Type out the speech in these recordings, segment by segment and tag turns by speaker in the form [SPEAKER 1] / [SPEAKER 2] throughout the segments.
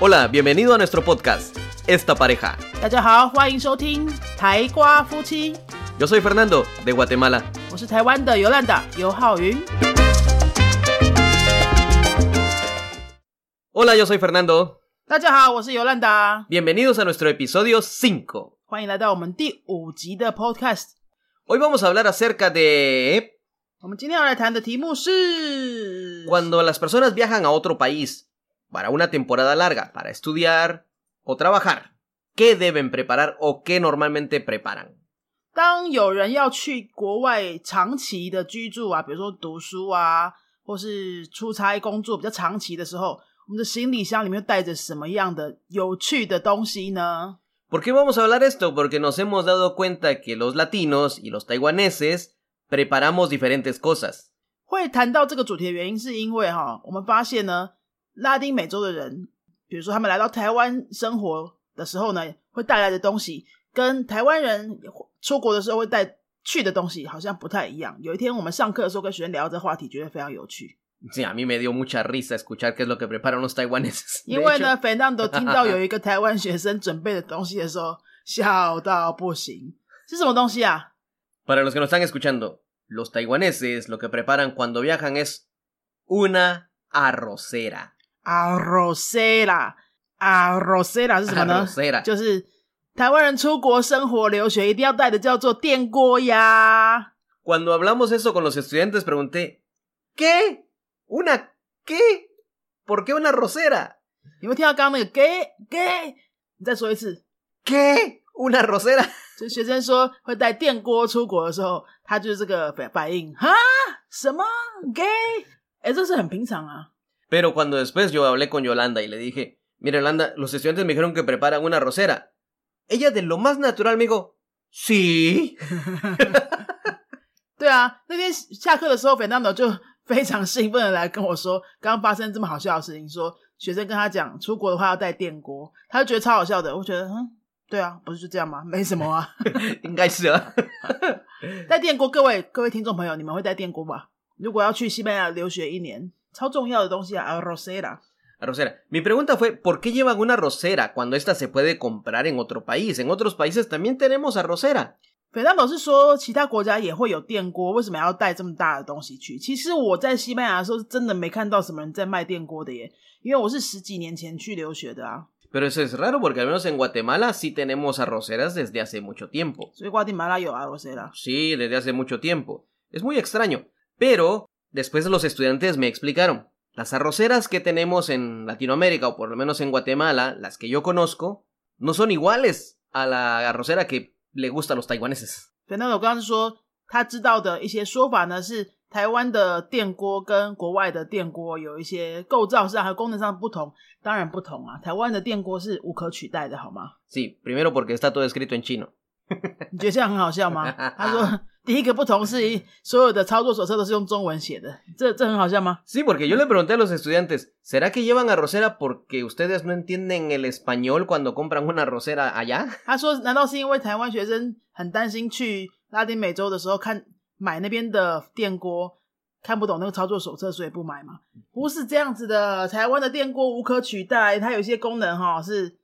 [SPEAKER 1] Hola, bienvenido a nuestro podcast, Esta Pareja.
[SPEAKER 2] 大家好，欢迎收听《台瓜夫妻》，
[SPEAKER 1] Yo soy Fernando, de Guatemala.
[SPEAKER 2] 我是台湾的尤兰达尤浩云。
[SPEAKER 1] Hola, yo soy Fernando.
[SPEAKER 2] 大家好，我是尤兰达，
[SPEAKER 1] Bienvenidos a nuestro episodio 5.
[SPEAKER 2] 欢迎来到我们第五集的 Podcast。
[SPEAKER 1] Hoy vamos a hablar acerca de...
[SPEAKER 2] 我们今天要来谈的题目是
[SPEAKER 1] Cuando las personas viajan a otro país para una temporada larga, para estudiar o trabajar, ¿qué deben preparar o qué normalmente preparan?
[SPEAKER 2] 当有人要去国外长期的居住啊，比如说读书啊，或是出差工作比较长期的时候，我们的行李箱里面带着什么样的有趣的东西呢？
[SPEAKER 1] ¿Por qué vamos a hablar esto? Porque nos hemos dado cuenta que los latinos y los taiwaneses preparamos diferentes cosas.
[SPEAKER 2] 会谈到这个主题的原因，是因为哈、我们发现呢，拉丁美洲的人，比如说他们来到台湾生活的时候呢，会带来的东西，跟台湾人出国的时候会带去的东西好像不太一样。有一天我们上课的时候跟学生聊这话题，觉得非常有趣，
[SPEAKER 1] Sí, a mí me dio mucha risa escuchar qué es lo que preparan los taiwaneses. De
[SPEAKER 2] 因为
[SPEAKER 1] hecho,
[SPEAKER 2] 呢，Fernando 听到有一个台湾学生准备的东西的时候，笑到不行，是什么东西啊？
[SPEAKER 1] Para los que nos están escuchando, los taiwaneses lo que preparan cuando viajan es una arrocera.
[SPEAKER 2] 阿罗塞拉，阿罗塞拉是什么呢？
[SPEAKER 1] Arrocera
[SPEAKER 2] 就是台湾人出国生活留学一定要带的叫做电锅呀。
[SPEAKER 1] Cuando hablamos eso con los estudiantes pregunté, ¿qué? ¿Una qué? ¿Por qué una arrocera?
[SPEAKER 2] 你们听到刚刚那个 gay gay，你再说一次。
[SPEAKER 1] ¿Qué? ¿Una arrocera?
[SPEAKER 2] 所以学生说会带电锅出国的时候，他就是这个反反应哈什么 gay？哎，这是很平常啊。
[SPEAKER 1] Pero cuando después yo hablé con Yolanda y le dije, mira Yolanda, los estudiantes me dijeron que preparan una arrocera. Ella de lo más natural me dijo, sí.
[SPEAKER 2] 对啊，那天下课的时候，Fernando 就 非常兴奋的来跟我说，刚刚发生这么好笑的事情，说学生跟他讲出国的话要带电锅，他就觉得超好笑的。我觉得，嗯，对啊，不是就这样吗？没什么啊，带电锅，各位各位听众朋友，你们会带电锅吧？如果要去西班牙留学一年，超重要的东西啊 a r o s e r a
[SPEAKER 1] Arrocera. Mi pregunta fue, ¿por qué llevan una arrocera cuando esta se puede comprar en otro país? En otros países también tenemos arrocera.
[SPEAKER 2] Fernando 是说，其他国家也会有电锅，为什么要带这么大的东西去？其实我在西班牙的时候，是真的没看到什么人在卖电锅的耶，因为我是十几年前去留学的啊。
[SPEAKER 1] Pero eso es raro porque al menos en Guatemala sí tenemos arroceras desde hace mucho tiempo.
[SPEAKER 2] 所以瓜地马拉有啊阿罗塞拉。
[SPEAKER 1] Sí, desde hace mucho tiempo. Es muy extraño. Pero después los estudiantes me explicaron. Las arroceras que tenemos en Latinoamérica, o por lo menos en Guatemala, las que yo conozco, no son iguales a la arrocera que le gusta a los taiwaneses.
[SPEAKER 2] 对，那我刚刚说他知道的一些说法呢，是台湾的电锅跟国外的电锅有一些构造上和功能上不同，当然不同啊。台湾的电锅是无可取代的，好吗？
[SPEAKER 1] Sí, primero porque está todo escrito en chino.
[SPEAKER 2] 你觉得这样很好笑吗？他说第一个不同是一所有的操作手册都是用中文写的，这这很好笑吗？
[SPEAKER 1] Sí, porque yo le pregunté a los estudiantes, ¿será que llevan arrocera porque ustedes no entienden el español cuando compran una arrocera allá?
[SPEAKER 2] 他说难道是因为台湾学生很担心去拉丁美洲的时候看买那边的电锅？看不懂那个操作手册，所以不买吗？不是这样子的，台湾的电锅无可取代，它有一些功能哈、是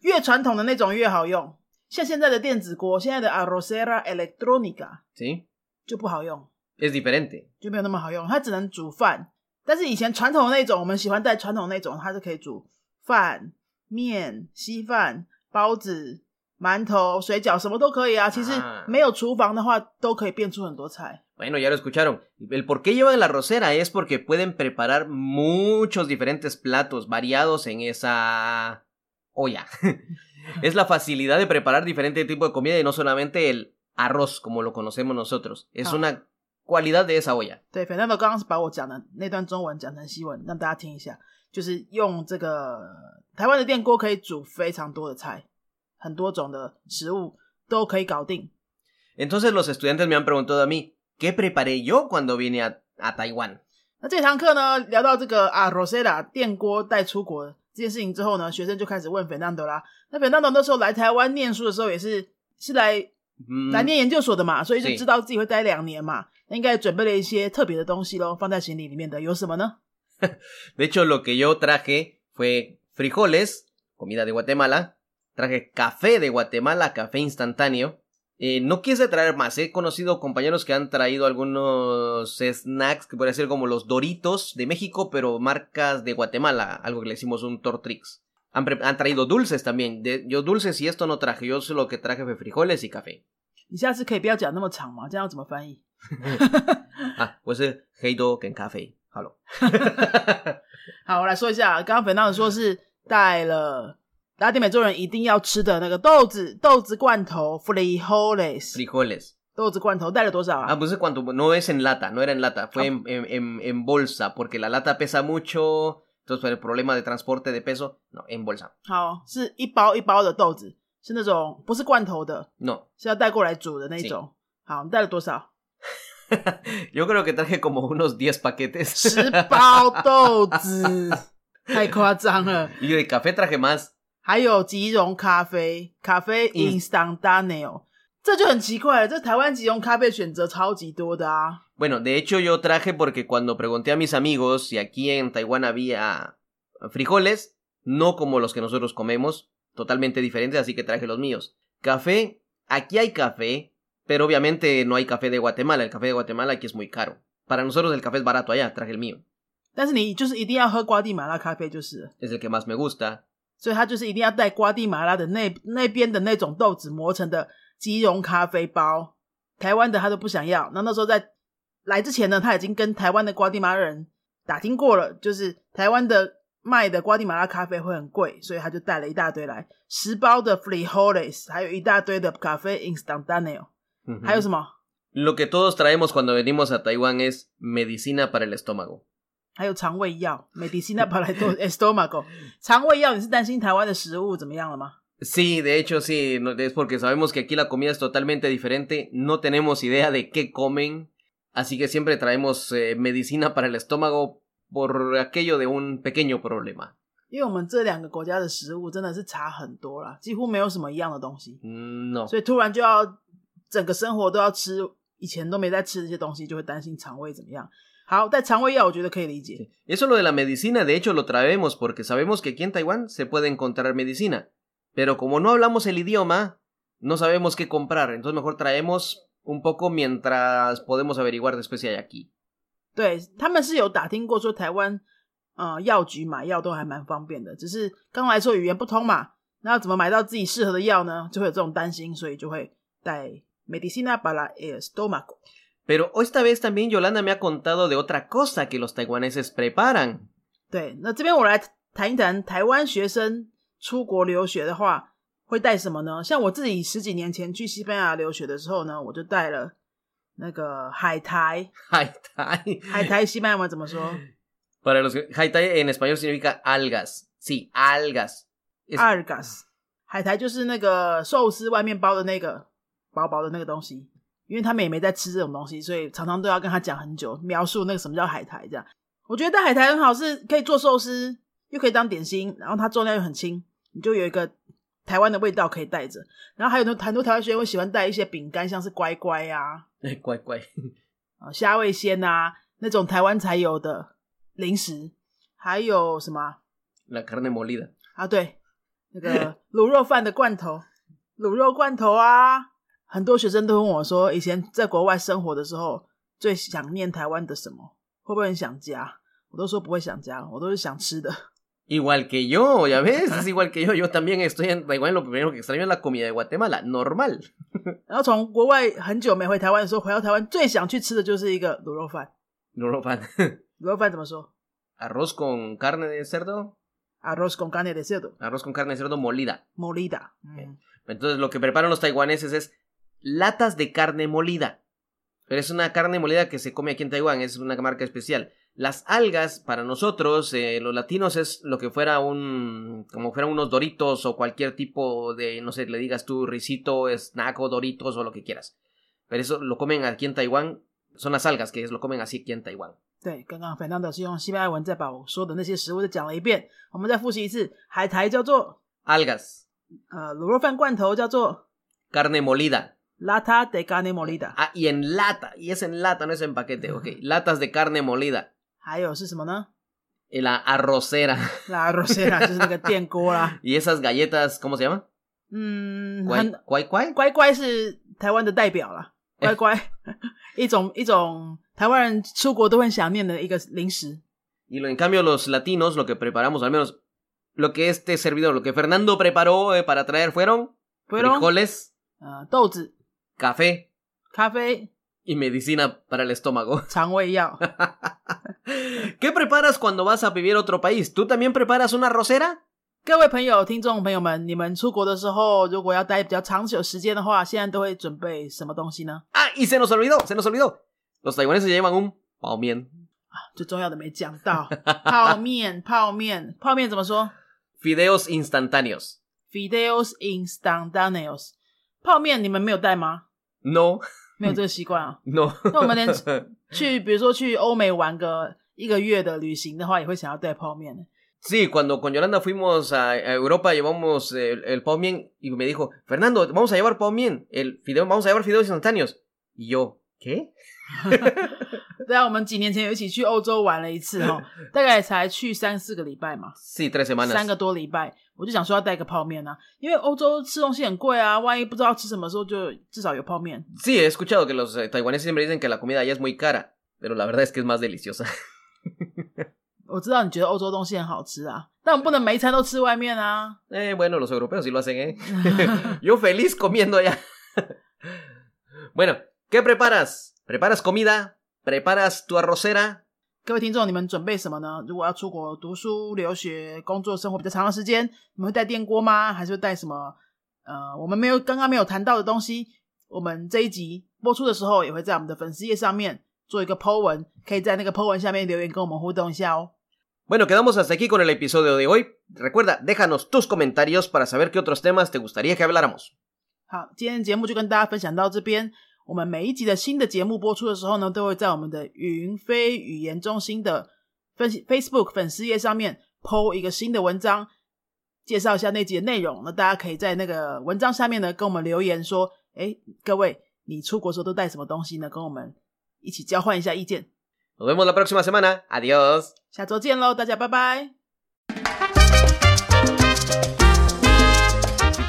[SPEAKER 2] 越传统的那种越好用，像现在的电子锅，现在的 Arrocera Electronica
[SPEAKER 1] Sí,
[SPEAKER 2] 就不好用，
[SPEAKER 1] es diferente.
[SPEAKER 2] 就没有那么好用，它只能煮饭。但是以前传统的那种，我们喜欢带传统那种，它是可以煮饭、面、稀饭、包子、馒头、水饺，什么都可以啊。其实
[SPEAKER 1] 啊
[SPEAKER 2] 没有厨房的话，都可以变出很多菜。
[SPEAKER 1] Bueno, ya lo escucharon. El por qué llevan la arrocera es porque pueden preparar muchos diferentes platos variados en esa olla. es la facilidad de preparar diferente tipo de comida y no solamente el arroz como lo conocemos nosotros. Es
[SPEAKER 2] Ah.
[SPEAKER 1] una cualidad de esa olla.
[SPEAKER 2] 对，Fernando 刚刚是把我讲的那段中文讲成西文，让大家听一下，就是用这个台湾的电锅可以煮非常多的菜，很多种的食物都可以搞定。
[SPEAKER 1] Entonces los estudiantes me han preguntado a mí, ¿qué preparé yo cuando vine a, a Taiwán?
[SPEAKER 2] 那这堂课呢，聊到这个啊 r o s e t a 电锅带出国这件事情之后呢，学生就开始问 Fernando 啦。那 Fernando 那时候来台湾念书的时候，也是是来
[SPEAKER 1] Mm,
[SPEAKER 2] 来念研究所的嘛，所以
[SPEAKER 1] 对
[SPEAKER 2] 就知道自己会待两年嘛，那应该准备了一些特别的东西喽，放在行李里面的有什么呢？
[SPEAKER 1] De hecho, lo que yo traje fue frijoles, comida de Guatemala, traje café de Guatemala, café instantáneo. Eh, no quise traer más, eh. he conocido compañeros que han traído algunos snacks que podría ser como los Doritos de México, pero marcas de Guatemala, algo que le hicimos un Tortrix. Han, pre- han traído dulces también, de- yo dulces y esto no traje, yo lo que traje fue frijoles y café.
[SPEAKER 2] 你下次可以不要讲那么长吗？这样要怎么翻译？
[SPEAKER 1] Ah, pues eh, Heido con café. Hello.
[SPEAKER 2] 好，我来说一下，刚刚粉当说是带了拉丁美洲人一定要吃的那个豆子豆子罐头 （frijoles），
[SPEAKER 1] Frijoles.
[SPEAKER 2] 豆子罐头带了多少
[SPEAKER 1] Ah,
[SPEAKER 2] 啊？
[SPEAKER 1] pues eh, cuánto, no es en lata, no era en lata, fue
[SPEAKER 2] Ah.
[SPEAKER 1] en, en- en- en bolsa, porque la lata pesa mucho, entonces por el problema de transporte de peso, no, en bolsa.
[SPEAKER 2] 好，是一包一包的豆子，是那种不是罐头的，
[SPEAKER 1] No.
[SPEAKER 2] 是要带过来煮的那一种。好，你带了多少？
[SPEAKER 1] Yo creo que traje como unos 10 paquetes.
[SPEAKER 2] 十包豆子，太夸张了。
[SPEAKER 1] y de café traje más.
[SPEAKER 2] 还有即溶咖啡，咖啡
[SPEAKER 1] In-
[SPEAKER 2] instantaneo，这就很奇怪了。这台湾即溶咖啡选择超级多的啊，
[SPEAKER 1] Bueno, de hecho yo traje porque cuando pregunté a mis amigos si aquí en Taiwán había frijoles, no como los que nosotros comemos, totalmente diferentes, así que traje los míos. Café, aquí hay café, pero obviamente no hay café de Guatemala, el café de Guatemala aquí es muy caro. Para nosotros el café es barato allá, traje el mío.
[SPEAKER 2] 但是你就是一定要喝瓜地马拉咖啡就是了，
[SPEAKER 1] Es el que más me gusta.
[SPEAKER 2] 所以它就是一定要带瓜地马拉的那那边的那种豆子磨成的即溶咖啡包。台湾的他都不想要。那那时候在来之前呢，他已经跟台湾的瓜地马拉人打听过了，就是台湾的卖的瓜地马拉咖啡会很贵，所以他就带了一大堆来，十包的 frijoles，还有一大堆的咖啡 instantaneo。
[SPEAKER 1] Ujú.
[SPEAKER 2] 还有什么？
[SPEAKER 1] Lo que todos traemos cuando venimos a Taiwán es medicina para el estómago.
[SPEAKER 2] 还有肠胃药 （medicina para el estómago）。肠 胃药，你是担心台湾的食物怎么样了吗？
[SPEAKER 1] Sí, de hecho sí, no- es porque sabemos que aquí la comida es totalmente diferente, no tenemos idea de qué comen, así que siempre traemos eh, medicina para el estómago por aquello de un pequeño problema.
[SPEAKER 2] 因为我们这两个国家的食物真的是差很多啦，几乎没有什么一样的东西，
[SPEAKER 1] Mm, No.
[SPEAKER 2] 所以突然就要整个生活都要吃以前都没在吃这些东西，就会担心肠胃怎么样。好，但肠胃药我觉得可以理解，
[SPEAKER 1] Eso lo de la medicina, de hecho lo traemos porque sabemos que aquí en Taiwán se puede encontrar medicina, pero como no hablamos el idioma, no sabemos qué comprar, entonces mejor traemos un poco mientras podemos averiguar después si hay aquí.
[SPEAKER 2] 对他们是有打听过说台湾呃药局买药都还蛮方便的，只是刚来说语言不通嘛，那要怎么买到自己适合的药呢？就会有这种担心，所以就会带 medicina para el estómago。
[SPEAKER 1] Pero esta vez también Yolanda me ha contado de otra cosa que los taiwaneses preparan.
[SPEAKER 2] 对，那这边我来谈一谈台湾学生出国留学的话会带什么呢？像我自己十几年前去西班牙留学的时候呢，我就带了那个海苔，
[SPEAKER 1] Hai tai.
[SPEAKER 2] 海苔西班牙文怎么说？
[SPEAKER 1] Para los que- hai tai en español significa algas. Sí, algas. Es-
[SPEAKER 2] Argas，海苔就是那个寿司外面包的那个薄薄的那个东西，因为他们也没在吃这种东西，所以常常都要跟他讲很久，描述那个什么叫海苔这样。我觉得带海苔很好，是可以做寿司，又可以当点心，然后它重量又很轻，你就有一个台湾的味道可以带着。然后还有很多很多台湾学生会喜欢带一些饼干，像是乖乖呀、
[SPEAKER 1] Eh, guay, guay.
[SPEAKER 2] 啊、虾味鲜啊那种台湾才有的零食，还有什么啊、
[SPEAKER 1] La carne molida.
[SPEAKER 2] 啊，对，那个卤肉饭的罐头，卤肉罐头啊，很多学生都问我说，以前在国外生活的时候，最想念台湾的什么？会不会很想家？我都说不会想家，我都是想吃的。
[SPEAKER 1] Igual que yo, ya ves, es igual que yo. Yo también estoy en Taiwán. Lo primero que extraño es la comida de Guatemala. Normal.
[SPEAKER 2] 然后从国外很久没回台湾的时候，回到台湾最想去吃的就是一个卤肉饭。
[SPEAKER 1] No lo van.
[SPEAKER 2] 卤肉饭怎么说
[SPEAKER 1] Arroz con carne de cerdo.
[SPEAKER 2] ？Arroz con carne de cerdo
[SPEAKER 1] Arroz con carne de cerdo molida.
[SPEAKER 2] molida。嗯，
[SPEAKER 1] Entonces lo que preparan los taiwaneses es latas de carne molida. Pero es una carne molida que se come aquí en Taiwán, es una marca especial. Las algas para nosotros, eh, los latinos, es lo que fuera un, como fueran unos doritos o cualquier tipo de, no sé, le digas tú risito, snack o doritos o lo que quieras. Pero eso lo comen aquí en Taiwán, son las algas que es- lo comen así aquí en Taiwán.
[SPEAKER 2] 对，刚刚 Fernando 是用西班牙文再把我说的那些食物再讲了一遍，我们再复习一次。海苔叫做
[SPEAKER 1] Algas,
[SPEAKER 2] 呃卤肉饭罐头叫做
[SPEAKER 1] carne molida.
[SPEAKER 2] Lata de carne molida，、
[SPEAKER 1] Ah, y en lata, y es en lata, no es en paquete, ok. Latas de carne molida.
[SPEAKER 2] 还有是什么呢？
[SPEAKER 1] Eh, la arrocera
[SPEAKER 2] La rosera 就是那个电锅啦。
[SPEAKER 1] y esas galletas, ¿cómo se llama?
[SPEAKER 2] 嗯，
[SPEAKER 1] Guay,
[SPEAKER 2] 很
[SPEAKER 1] guay, guay.
[SPEAKER 2] 乖乖是台湾的代表啦，乖乖 一种一种台湾人出国都很想念的一个零食。
[SPEAKER 1] Y lo- en cambio los latinos, lo que preparamos, al menos lo que este servidor, lo que Fernando preparó eh, para traer fueron
[SPEAKER 2] 不用，
[SPEAKER 1] frijoles,
[SPEAKER 2] 呃，豆子、
[SPEAKER 1] café
[SPEAKER 2] 咖啡、
[SPEAKER 1] y medicina para el estómago.
[SPEAKER 2] 肠胃药。
[SPEAKER 1] ¿Qué preparas cuando vas a vivir a otro país? ¿Tú también preparas una rosera?
[SPEAKER 2] 各位朋友、听众朋友们，你们出国的时候，如果要待比较长久时间的话，现在都会准备什么东西呢？
[SPEAKER 1] Ah, y se nos olvidó, se nos olvidó. Los taiwaneses llevan un pao mien,
[SPEAKER 2] 最重要的没讲到，泡面，泡面，泡面怎么说
[SPEAKER 1] fideos instantáneos.
[SPEAKER 2] ？Fideos instantaneos。泡面你们没有带吗？
[SPEAKER 1] No,
[SPEAKER 2] 没有这个习惯啊。
[SPEAKER 1] no.
[SPEAKER 2] 那我们连去，比如说去欧美玩个一个月的旅行的话，也会想要带泡面。
[SPEAKER 1] Sí, cuando con Yolanda fuimos a, a Europa llevamos el, el pao mien y me dijo, Fernando, vamos a llevar pao mien, el fideo, vamos a llevar fideos instantáneos. Y yo, ¿qué?
[SPEAKER 2] 对啊，我们几年前有一起去欧洲玩了一次哦，大概才去三四个礼拜嘛。
[SPEAKER 1] Sí, tres semanas.
[SPEAKER 2] 三个多礼拜，我就想说要带个泡面啊，因为欧洲吃东西很贵啊，万一不知道吃什么时候，就至少有泡面。
[SPEAKER 1] Sí, he escuchado que los eh, taiwaneses siempre dicen que la comida allá es muy cara, pero la verdad es que es más deliciosa.
[SPEAKER 2] 我知道你觉得欧洲东西很好吃啊，但我们不能每一餐都吃外面啊。
[SPEAKER 1] Eh, bueno, los europeos sí lo hacen, ¿eh? Yo feliz comiendo allá. bueno, ¿qué preparas? ¿Preparas comida? ¿Preparas tu arrocera?
[SPEAKER 2] 各位听众，你们准备什么呢？如果要出国读书、留学、工作、生活比较长的时间，你们会带电锅吗？还是会带什么？呃，我们没有刚刚没有谈到的东西，我们这一集播出的时候也会在我们的粉丝页上面做一个 Po 文，可以在那个 Po 文下面留言跟我们互动一下哦。
[SPEAKER 1] Bueno, quedamos hasta aquí con el episodio de hoy. Recuerda, déjanos tus comentarios para saber qué otros temas te gustaría que habláramos.
[SPEAKER 2] 好，今天的节目就跟大家分享到这边。我们每一集的新的节目播出的时候呢，都会在我们的云飞语言中心的分析 Facebook 粉丝页上面 PO 一个新的文章，介绍一下那集的内容。那大家可以在那个文章下面呢，跟我们留言说：“哎，各位，你出国的时候都带什么东西呢？”跟我们一起交换一下意见。
[SPEAKER 1] Nos vemos la próxima semana. Adiós.
[SPEAKER 2] 下周见喽，大家拜拜。
[SPEAKER 1] Si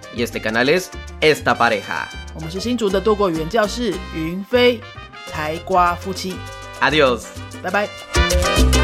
[SPEAKER 1] y este canal es Esta Pareja.
[SPEAKER 2] 我们是新竹的多国语言教室云飞台瓜夫妻，
[SPEAKER 1] Adiós.
[SPEAKER 2] 拜拜。